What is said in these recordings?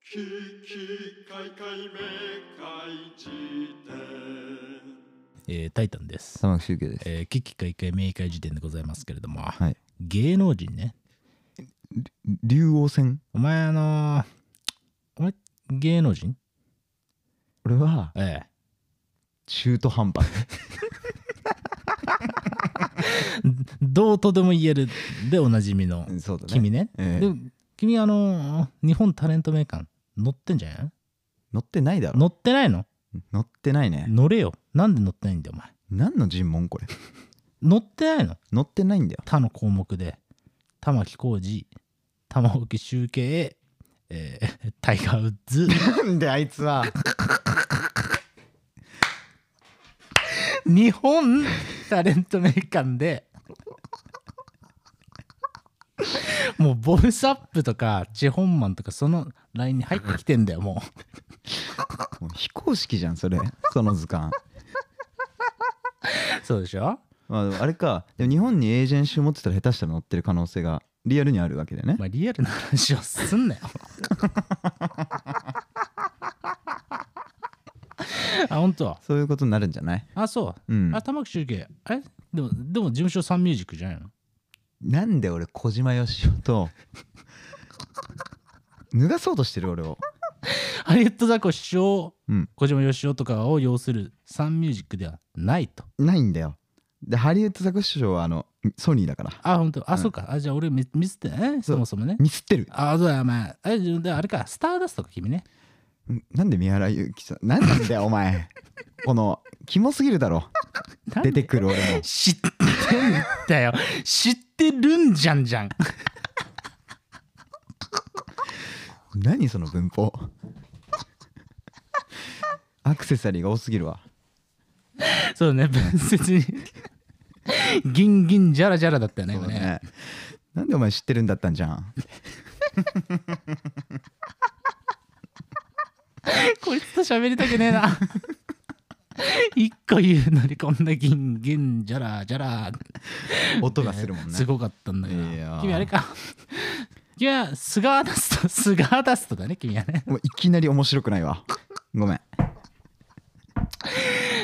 ききかいかいめかいじ典えータイタンです。玉木周家です。えー、危機開会明快時点でございますけれども、はい芸能人ね。竜王戦お前あのーお前芸能人俺はえ中途半端。え。どうとでも言えるでおなじみの そうだね。君ね。ええで君あのー日本タレント名鑑乗ってんじゃない乗ってないだろ。乗ってないの乗ってないね。乗れよ。なんで乗ってないんだよお前。何の尋問これ。乗ってないの乗ってないんだよ。他の項目で玉置浩二玉置周慶、えータイガー・ウッズ なんであいつは。日本タレント名鑑でもうボブ・サップとかチェ・ホンマンとかそのラインに入ってきてんだよももう非公式じゃん、 それ。その図う鑑。そうでしょまあ、でもあれか。でも日本にエージェンシー持ってたら下手したら乗ってる可能性がリアルにあるわけでねお。前リアルな話をすんなよあ本当そういうことになるんじゃないあそうう、んあ。玉置周慶あれでもでも事務所サンミュージックじゃないのなんで俺小島よしおと 脱がそうとしてる俺を。ハリウッドザコシショウ、うん小島よしおとかを要するサンミュージックではないと。ないんだよ。でハリウッド作詞賞はあのソニーだから。あ、本当。あ、うんそうか。あ、じゃあ俺ミミスってね、そうそもそもね。ミスってる。あ、そうや、まあ。あじゃあであれか、スターダストか、君ね。んなんで宮原ゆきさんなんなんだよお前このキモすぎるだろなんで出てくる俺も知ってんだよ。知ってるんじゃんじゃん。何その文法アクセサリーが多すぎるわそうね、分節に。ギンギンジャラジャラだったよね、今ね。ねなんでお前知ってるんだったんじゃんこいつと喋りたくねえな。一個言うのにこんなギンギンジャラジャラ。音がするもんねすごかったんだけどいやー君あれか君はスガーダストスガーダストだね君はねもういきなり面白くないわごめん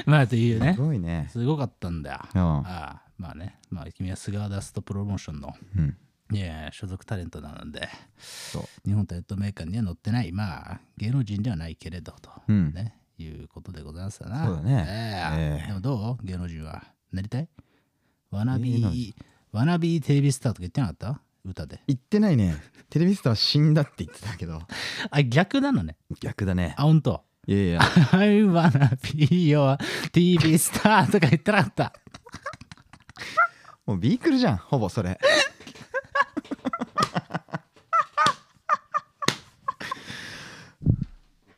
まあというねすごいねすごかったんだようんああまあねまあ君はスガーダストプロモーションのうんいや所属タレントなのでそう日本タレントメーカーには載ってないまあ芸能人ではないけれどと、うんねいうことでございますわなそうだねええええでもどう芸能人はなりたいわな芸能びわなびテレビスターとか言ってなかった歌で言ってないねテレビスターは死んだって言ってたけどあ逆なのね逆だねあ本当いやいや I wanna be your TV star とか言ってなか った。もうビークルじゃんほぼそれ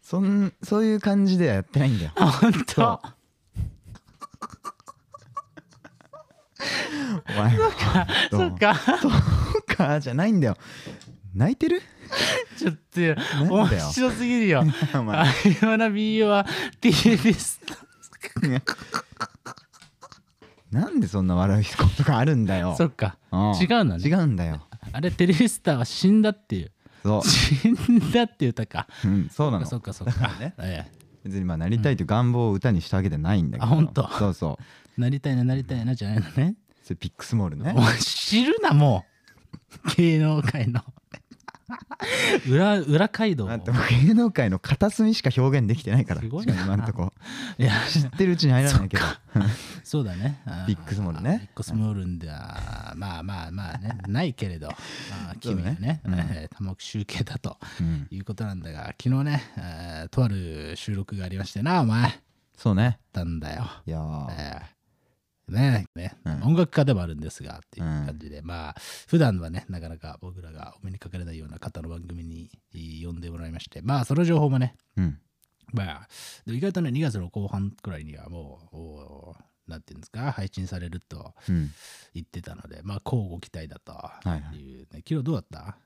そんそういう感じではやってないんだよ本当お前そうかそっか。そうかじゃないんだよ泣いてるちょっとよ、なん面だよ白すぎるよ。お前 I wanna be your TV star。なんでそんな笑うことがあるんだよそっか。うん違うのね。違うんだよあれ、テレビスターは死んだっていう。そ死んだっていう歌か。う、うん、そうなのそっかそっか。ええ別にまあなりたいという願望を歌にしたわけじゃないんだけどあほんとそうそうなりたいな、なりたいなじゃないのね。それピックスモールねお前知るな、もう。芸能界 の。裏裏街道をあんたもう芸能界の片隅しか表現できてないからすごいしなかも今んとこいや知ってるうちに入らないけどそうだね。あビッグスモールねビッグスモールんだ。まあまあまあね、ないけれど、まあ、君はね、 そうだねえー多目集計だとうんいうことなんだが、昨日ね、えーとある収録がありましてな、お前、そうねたんだよ。いやーえーねねうん音楽家でもあるんですがっていう感じで、まあ普段はねなかなか僕らがお目にかかれないような方の番組にえー呼んでもらいましてまあその情報もねうんまあ、でも意外とね、2月の後半くらいにはもう、おーなんていうんですか、配信されるとうん言ってたので、まあ、交互期待だといはいいう、ね昨日どうだった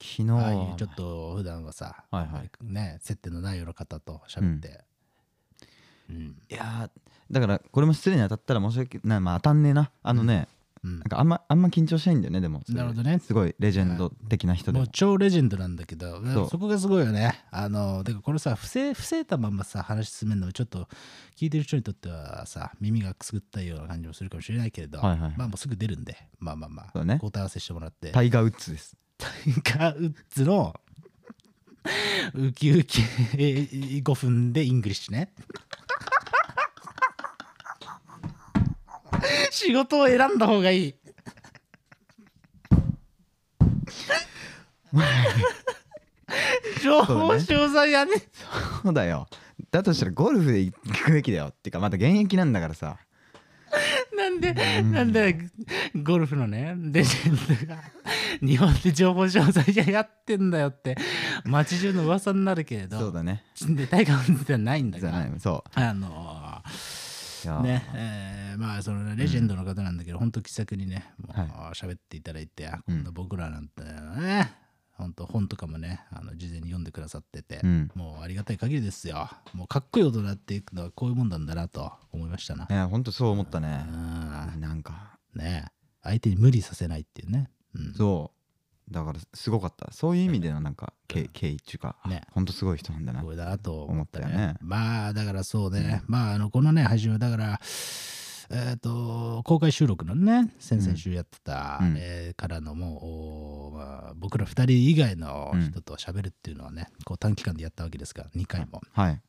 昨日ああいはうちょっと普段はさ、はいはいね、接点のないような方と喋って、うんいやーだからこれも失礼に当たったら申し訳ないまあ当たんねえなあのね、うんなんかあんまあんま緊張しないんだよねでもなるほどねすごいレジェンド的な人でももう超レジェンドなんだけどそうそこがすごいよねあのてかこれさ伏せ伏せたままさ話進めるのもちょっと聞いてる人にとってはさ耳がくすぐったいような感じもするかもしれないけれど、はいはいまあもうすぐ出るんでまあまあまそあ、うねご答え合わせしてもらってタイガー・ウッズですガウッズのウキウキ5分でイングリッシュね仕事を選んだ方がいい情報詳細やねそうだよだとしたらゴルフで行くべきだよっていうかまた現役なんだからさなんで、なんでゴルフのねレジェンドが日本で情報詳細じゃやってんだよって街中の噂になるけれどそうだねでタイガー・ウッズではないんだじかゃらないそあのういやー、ねえーまあそのレジェンドの方なんだけど、ほん、本当気さくにねもうはい喋っていただいて、あうんこんな僕らなんてね本当本とかもねあの事前に読んでくださってて、うんもうありがたい限りですよもうかっこいい大人っていくのはこういうもんなんだなと思いましたな、ねほんとそう思ったねうんなんかねえ相手に無理させないっていうね、うんそうだからすごかったそういう意味でのなんか経経緯っていうかねほんとすごい人なんだなこれだなと思ったね。思ったよねまあだからそうね、まああのこのね配信はだからえっ、と公開収録のね先々週やってた、うんえーからのもうおーまあ僕ら2人以外のうん人と喋るっていうのはね、こう短期間でやったわけですから2回も。はい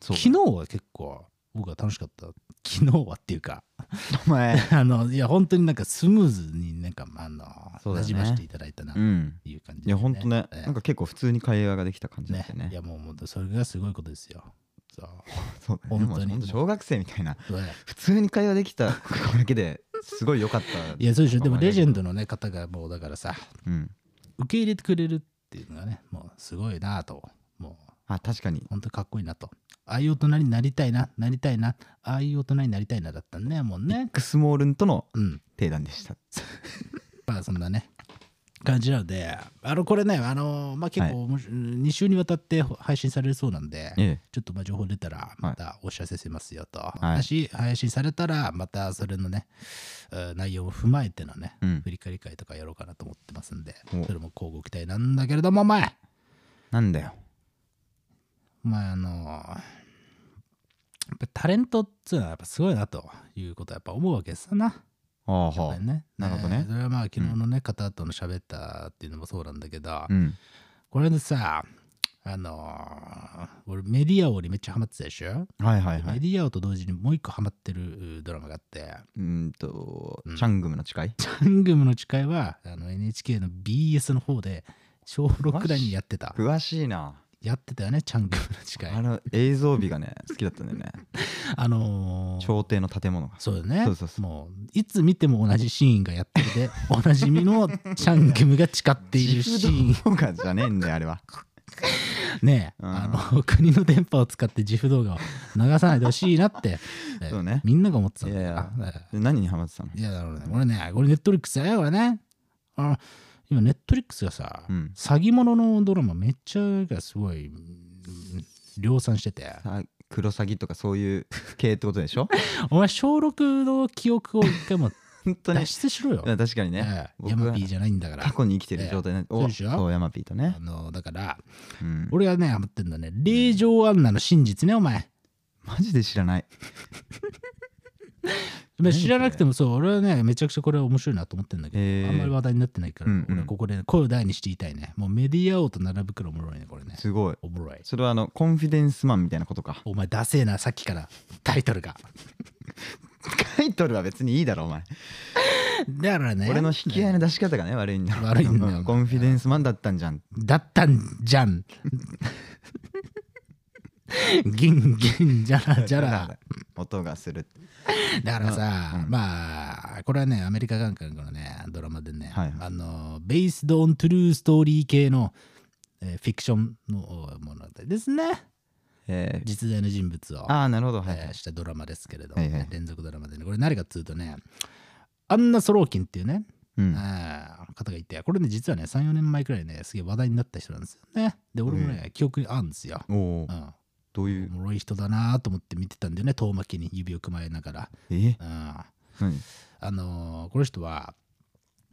そう昨日は結構僕は楽しかった昨日はっていうか お前あのいや本当になんかスムーズになんかあの、そうだなねじましていただいたなっうんていう感じいで、やほんとねええなんか結構普通に会話ができた感じだっねたよねいやもうもうそれがすごいことですよ。 そうそうだねほんもとうにほんと小学生みたいなそうだね普通に会話できたことだけですごい良かったいやそうでしょでもレジェンドの、ね、方がもうだからさうん受け入れてくれるっていうのがねもうすごいなともうあ確かに本当かっこいいなとああいう大人になりたいななりたいなああいう大人になりたいなだったねもうねクスモールンとのうん提談でしたまあそんなね感じなのであのこれねあのまあ結構、もし2週にわたって配信されるそうなんで、ええちょっとまあ情報出たらまたお知らせしますよと、いもし配信されたらまたそれのねえー内容を踏まえてのね、うん振り返り会とかやろうかなと思ってますんでおそれも交互期待なんだけれどもお前なんだよお前あのーやっぱタレントっつうのはやっぱすごいなということはやっぱ思うわけですよな。ああやっはぱありねなるほどねえーそれはまあ昨日のね、方との喋ったっていうのもそうなんだけど、うんこれでさあのー俺メディア王にめっちゃハマってたでしょ、はいはいはメいディア王と同時にもう一個ハマってるうドラマがあってうーんとうんチャングムの誓い「チャングムの誓いは」あの NHK の BS の方で小6くらいにやってた詳しいなやってたよね「チャングムの誓 あいの映像美がね好きだったんだよ ね」あのー朝廷の建物がそうだねそうそうそうもういつ見ても同じシーンがやってるで おなじみのチャングムが誓っているシーン動画じゃねえんだよあれは ねうんあの国の電波を使って自負動画を流さないでほしいなって、えそうねみんなが思ってたいんだやいよやなえで何にハマってたのえいやだろうね俺ねこれネットリックスだよこれねあ今ネットリックスがさ、うん詐欺者のドラマめっちゃがすごいうん量産しててさクロサギとかそういう系ってことでし ょお前小6の記憶を一回も本当脱に出しろよ、いや確かにねええ僕ヤはマピーじゃないんだから過去に生きてる状態ねそうおでしょそうヤマピーとねあのだからうん俺がねハマってんだね令嬢アンナの真実ねお前マジで知らないまあ知らなくてもそう俺はねめちゃくちゃこれは面白いなと思ってんだけど、へーあんまり話題になってないから、うんうん俺はここで声を大にして言いたいねもうメディア王と並ぶくらいおもろいねこれねすごいおもろいそれはあのコンフィデンスマンみたいなこ とかお前ダセえなさっきからタイトル がタイトルは別にいいだろお前だからね俺の引き合いの出し方がね悪いんだ ろ悪いんだようんコンフィデンスマンだったんじゃんだったんじゃ んギンギンじゃらじゃら音がするだからさ、まあこれはねアメリカ眼科のねドラマでね、はいはいあのベースドオントゥルーストーリー系の、えーフィクションの物語ですねえー実在の人物を、ああなるほどはいはえいーしたドラマですけれど、はいはい連続ドラマでねこれ何かっつうとねアンナ・ソローキンっていうね、うんあー方がいてこれね実はね34年前くらいねすげえ話題になった人なんですよねで俺もね、記憶にあるんですよ、おおうん、どういおうもろい人だなと思って見てたんだよね遠巻きに指をくまえながら、えうん、何あのーこの人は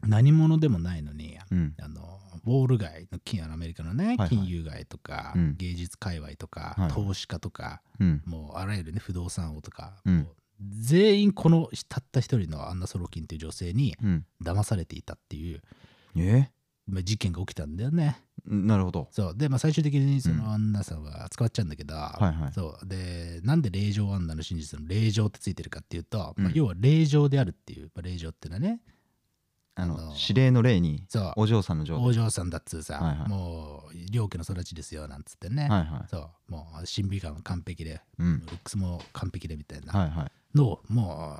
何者でもないのにうんあのウォール街の金あのアメリカのね、いはい金融街とか、うん芸術界隈とか、はい投資家とかうんもうあらゆるね不動産王とか、うんもう全員このたった一人のアンナ・ソロキンという女性にうん騙されていたっていう、えまあ、事件が起きたんだよね。なるほどそうで、まあ、最終的にそうんのアンナさんは捕まっちゃうんだけど、はいはいそうでなんで令嬢アンナの真実の令嬢ってついてるかっていうと、まうあん、要は令嬢であるっていう、まあ、令嬢っていうのはねああのの指令の例にそうお嬢さんの嬢お嬢さんだっつうさ、はいはいもう両家の育ちですよなんつってね、はいはそうもう審美眼は完璧で、いうんルックスも完璧でみたいなはいはいのをも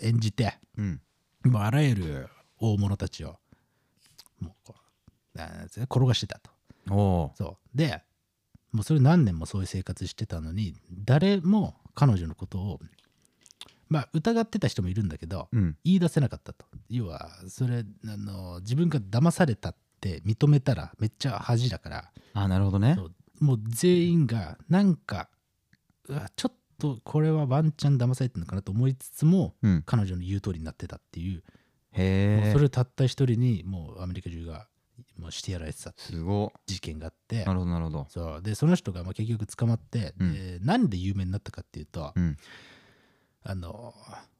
う演じてうんもうあらゆる大物たちをもうこうなんつうの転がしてたとおおそうでもうそれ何年もそういう生活してたのに誰も彼女のことをまあ疑ってた人もいるんだけどうん言い出せなかったと要はそれあの自分が騙されたって認めたらめっちゃ恥だからあなるほどねそうもう全員がなんかうわちょっとこれはワンチャン騙されてるのかなと思いつつもうん彼女の言う通りになってたっていう、もうへそえれをたった一人にもうアメリカ中がもうしてやられてたっていうすご事件があってなるほどなるほどそうでその人がまあ結局捕まって、うんでなんで有名になったかっていうと、うんあの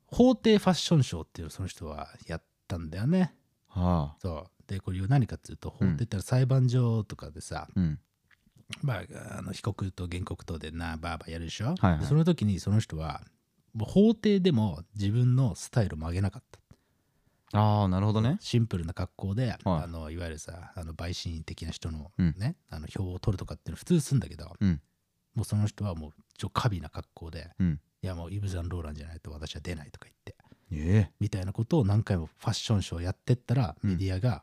法廷ファッションショーっていうのをその人はやったんだよね。はあそうでこれ何かっていうと法廷ってのは裁判所とかでさ、うんまあ、あの被告と原告とでなバーバーやるでしょ、はいはいでその時にその人はもう法廷でも自分のスタイルを曲げなかったああなるほどねシンプルな格好で、い、あのいわゆるさあの陪審員的な人のうんね、あの票を取るとかっていうの普通するんだけど、うんもうその人はもうちょカビな格好で、うんいやもうイブ・ザン・ローランじゃないと私は出ないとか言ってえみたいなことを何回もファッションショーやってったら、うんメディアが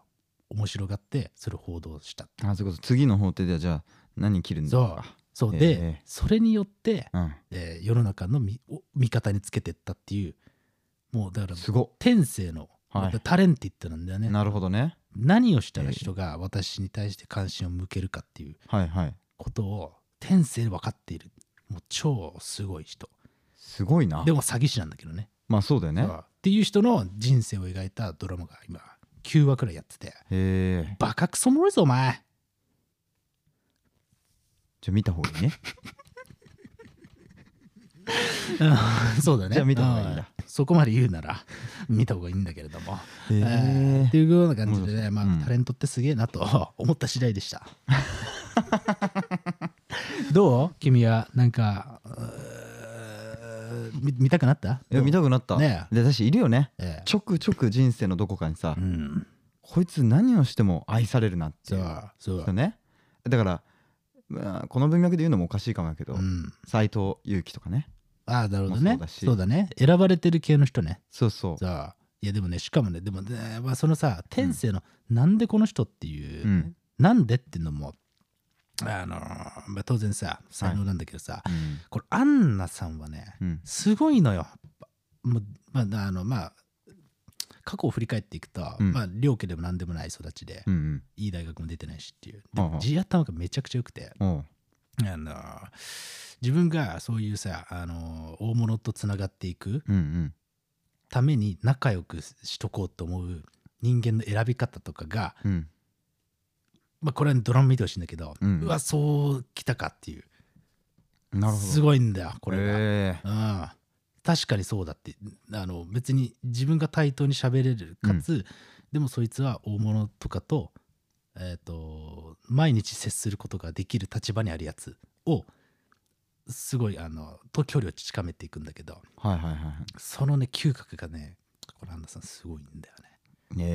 面白がってそれを報道したえあそういうこと次の法廷ではじゃあ何切るんだそうそうで、へえそれによって、うんえー世の中のみお味方につけてったっていうもうだからすご天性の、はいタレンティッドなんだよねなるほどね何をしたら人が私に対して関心を向けるかっていうはいはいことを天性で分かっているもう超すごい人すごいなでも詐欺師なんだけどねまあそうだよねそうっていう人の人生を描いたドラマが今9話くらいやっててへえバカクソおもろいぞお 前じゃあ見た方がい いねうんそうだねじゃあ見た方がいいなうんそこまで言うなら見た方がいいんだけれどもへえーっていうような感じでね、まあうんタレントってすげえなと 思った次第でした。どう君はなんかうー見見たくなったえ見たくなったねで私いるよねええちょくちょく人生のどこかにさうん、こいつ何をしても愛されるなっそていううそう人ねだからまあこの文脈で言うのもおかしいかもやけどうん、斎藤佑樹とかねああなるほどまあねそうだしそうだね選ばれてる系の人ねそうそうそういやでもねしかもねでもね、まあ、そのさ天性の、なんでこの人っていう、うんなんでっていうのもあのーまあ、当然さ才能なんだけどさ、うんこれアンナさんはね、うんすごいのよ。もうまあ、あのまあ過去を振り返っていくと、うんまあ、両家でも何でもない育ちで、うんうんいい大学も出てないしっていうはあはあ地頭がめちゃくちゃ良くて、おうあの自分がそういうさ、あの大物とつながっていくうんうんために仲良くしとこうと思う人間の選び方とかが、うんまあ、これはドラマ見てほしいんだけど、ううんわそうきたかっていうなるほどすごいんだよこれが。へえうん確かにそうだってあの別に自分が対等に喋れるかつ、でもそいつは大物とかと,、えー、と毎日接することができる立場にあるやつをすごいあのと距離を近めていくんだけどはいはいはいはいそのね嗅覚がねこれアンダさんすごいんだよねへ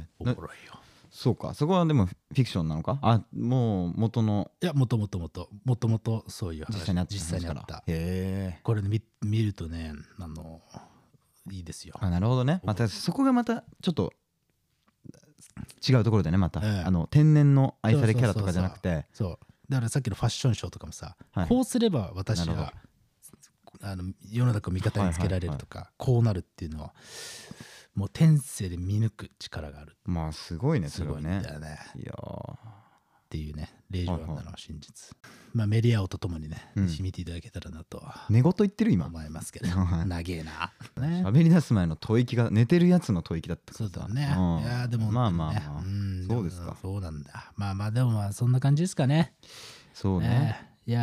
えおなもろいよそうかそこはでもフィクションなのかあもう元のいやもともともともともとそういう話実際にあった実際にあっ話からたへえこれ、ね、見見るとねあのいいですよあなるほどねまたそこがまたちょっと違うところでねまた、ええあの天然の愛されキャラとかじゃなくてそうだからさっきのファッションショーとかもさ、はいこうすれば私なるほはあの世の中を味方につけられるとか、こうなるっていうのはもう天性で見抜く力があるまあすごいねすそれごはいんねだよねいやーっていうね令状案なの真実、まあ、メディア音ともにね、うん染みていただけたらなとは寝言言ってる今思いますけど、はい長えな、ね、喋り出す前の吐息が寝てるやつの吐息だったかそらうさだね、うんいやーでも、まあまあねまあんそうですかそうなんだまあまあでもまあそんな感じですかねそうね、えーいや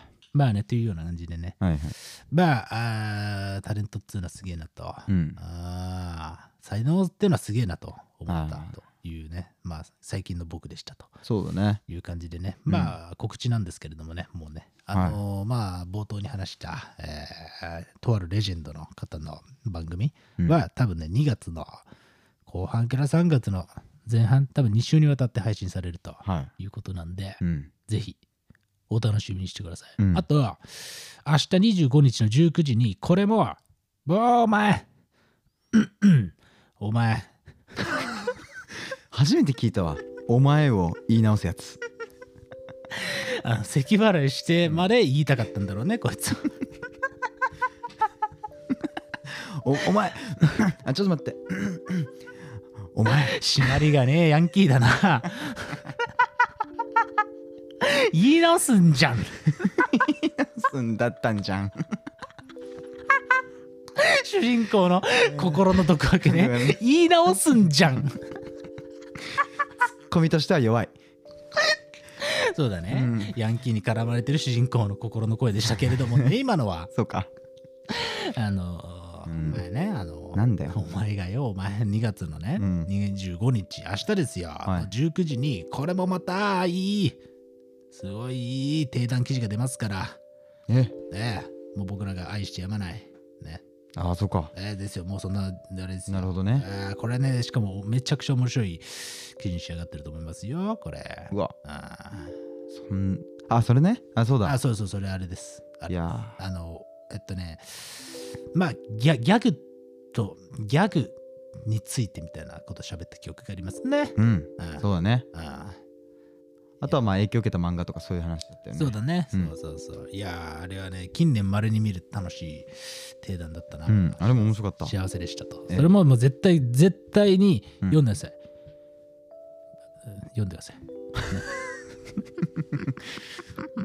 ーまあねというような感じでねはいはいまああータレントっつうのはすげえなと、うんあー才能っていうのはすげえなと思ったあーというねまあ最近の僕でしたとそうだねいう感じでね、まあ告知なんですけれどもね、もうね、あのーまあ冒頭に話した、えーとあるレジェンドの方の番組は、多分ね、2月の後半から3月の前半、多分2週にわたって配信されるとはいうことなんで、いうんぜひお楽しみにしてください。うんあとは、明日25日の19時に、これも、もうお前、うんうんお前、初めて聞いたわお前を言い直すやつあの咳払いしてまで言いたかったんだろうね、こいつは。おお前 あちょっと待って お前締まりがねヤンキーだ な言い直すんじゃんすんだったんじゃん 主人公の心の毒わけね言い直すんじゃんコミとしては弱いそうだね、うんヤンキーに絡まれてる主人公の心の声でしたけれどもね今のはそうかあのーうんお前ねあのーなんだよお前がよお前2月のね、うん25日明日ですよ、はい19時にこれもまたいいすごいいい定談記事が出ますからえねえもう僕らが愛してやまないねああそうかえーですよ、もうそんな、あれですよなるほどねあーこれね、しかもめちゃくちゃ面白い記事に仕上がってると思いますよ、これう。わあそんあそれねあそうーあ、だそうそう、それあれです。あいれやあの、えっとね、まあギャ、ギャグとギャグについてみたいなことを喋った記憶がありますね。ーうんあーそうだねああとはまあ影響を受けた漫画とかそういう話だったーよねそうだね、うんそうそうそう。いやー、あれはね、近年まれに見る楽しい定談だったな。うんあれも面白かった幸せでしたと。ええそれももう絶対、絶対にうん読んでください。うん読んでください。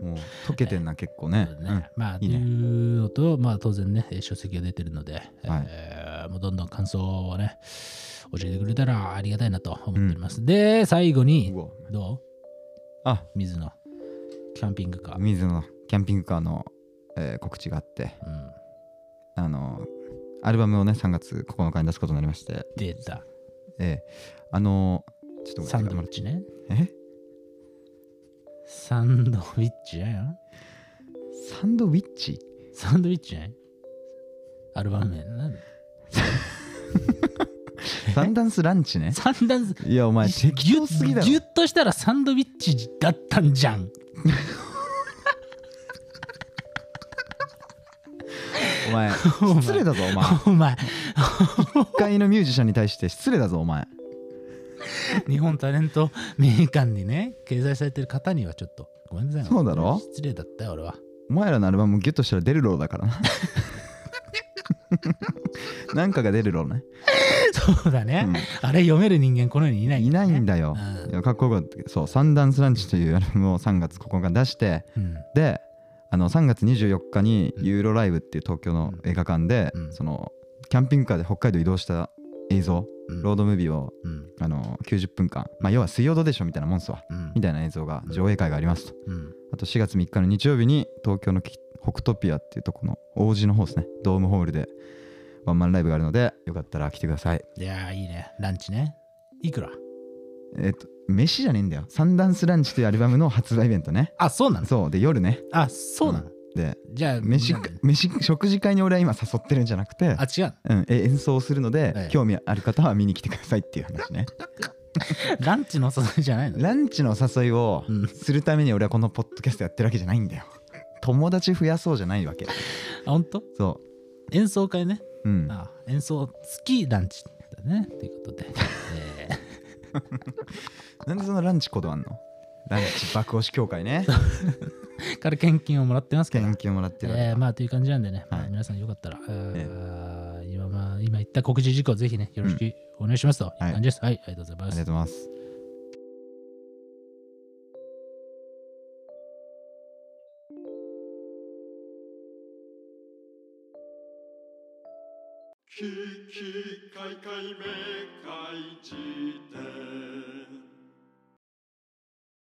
もう溶けてんな結構ねねまあ、いいねというのと、まあ当然ね、えー書籍が出てるので、えーもうどんどん感想をね、教えてくれたらありがたいなと思っております。で、最後うんにう、わどあう水野、キャンピングカー。うん水野のキャンピングカーのえー告知があってあのアルバムをね3月9日に出すことになりまして出た。ええあのちょっとサ待っンてドイッもらってチね。えサンドイッチじゃんよ。サンドウィッチサンドイッチね。アルバム名なんだ。サンダンスランチねサンダンス、いやお前適当すぎだろぎゅっとしたらサンドイッチだったんじゃん。お前 お前失礼 だぞお前お前、一回のミュージシャンに対して失礼だぞお前日本タレント名鑑にね、掲載されてる方にはちょっと、ごめんなさい。そうだろ失礼だったよ、俺は。お前らのアルバムギュッとしたら出るろうだか らななんかが出るろうね、そうだね。うあれ読める人間、この世にいない、ん、いないんだ。だようんいやかっこよかったけどそう「サンダンスランチ」というアルバムを3月9日に出してうん。であの3月24日にユーロライブっていう東京の映画館で、うんそのキャンピングカーで北海道移動した映像うんロードムービーをうん。あの90分間、まあ、要は水曜どうでしょうみたいなもんっすわうんみ。たいな映像が上映会がありますとうん。あと4月3日の日曜日に東京のキ北トピアっていうとこの王子の方ですねドームホールでワンマンライブがあるのでよかったら来てくださいいやー、いいね。ランチね。いくらえっと飯じゃねえんだよサンダンスランチというアルバムの発売イベントねあ、そうなのそうで夜ねあ、そうなの、でじゃあ、飯なんで飯食事会に俺は今誘ってるんじゃなくてあ、違う。うん、え演奏するので、ええ興味ある方は見に来てくださいっていう 話ねランチの誘いじゃないのランチの誘いをうんするために俺はこのポッドキャストやってるわけじゃないんだよ友達増やそうじゃないわけあ、ほんとそ演奏会ね。ううんあ演奏付きランチだね。ということで。えーなんでそのランチこだわんのランチ爆押し協会ね から献金をもらってますから。研究もらってるわけだえーまあという感じなんでね、まあはい皆さんよかったら、あー今まあ今言った告知事項ぜひね、よろしくお願いしますという感じです。はい、ありがとうございあまりすが。とうございますききかいかいめかいじ典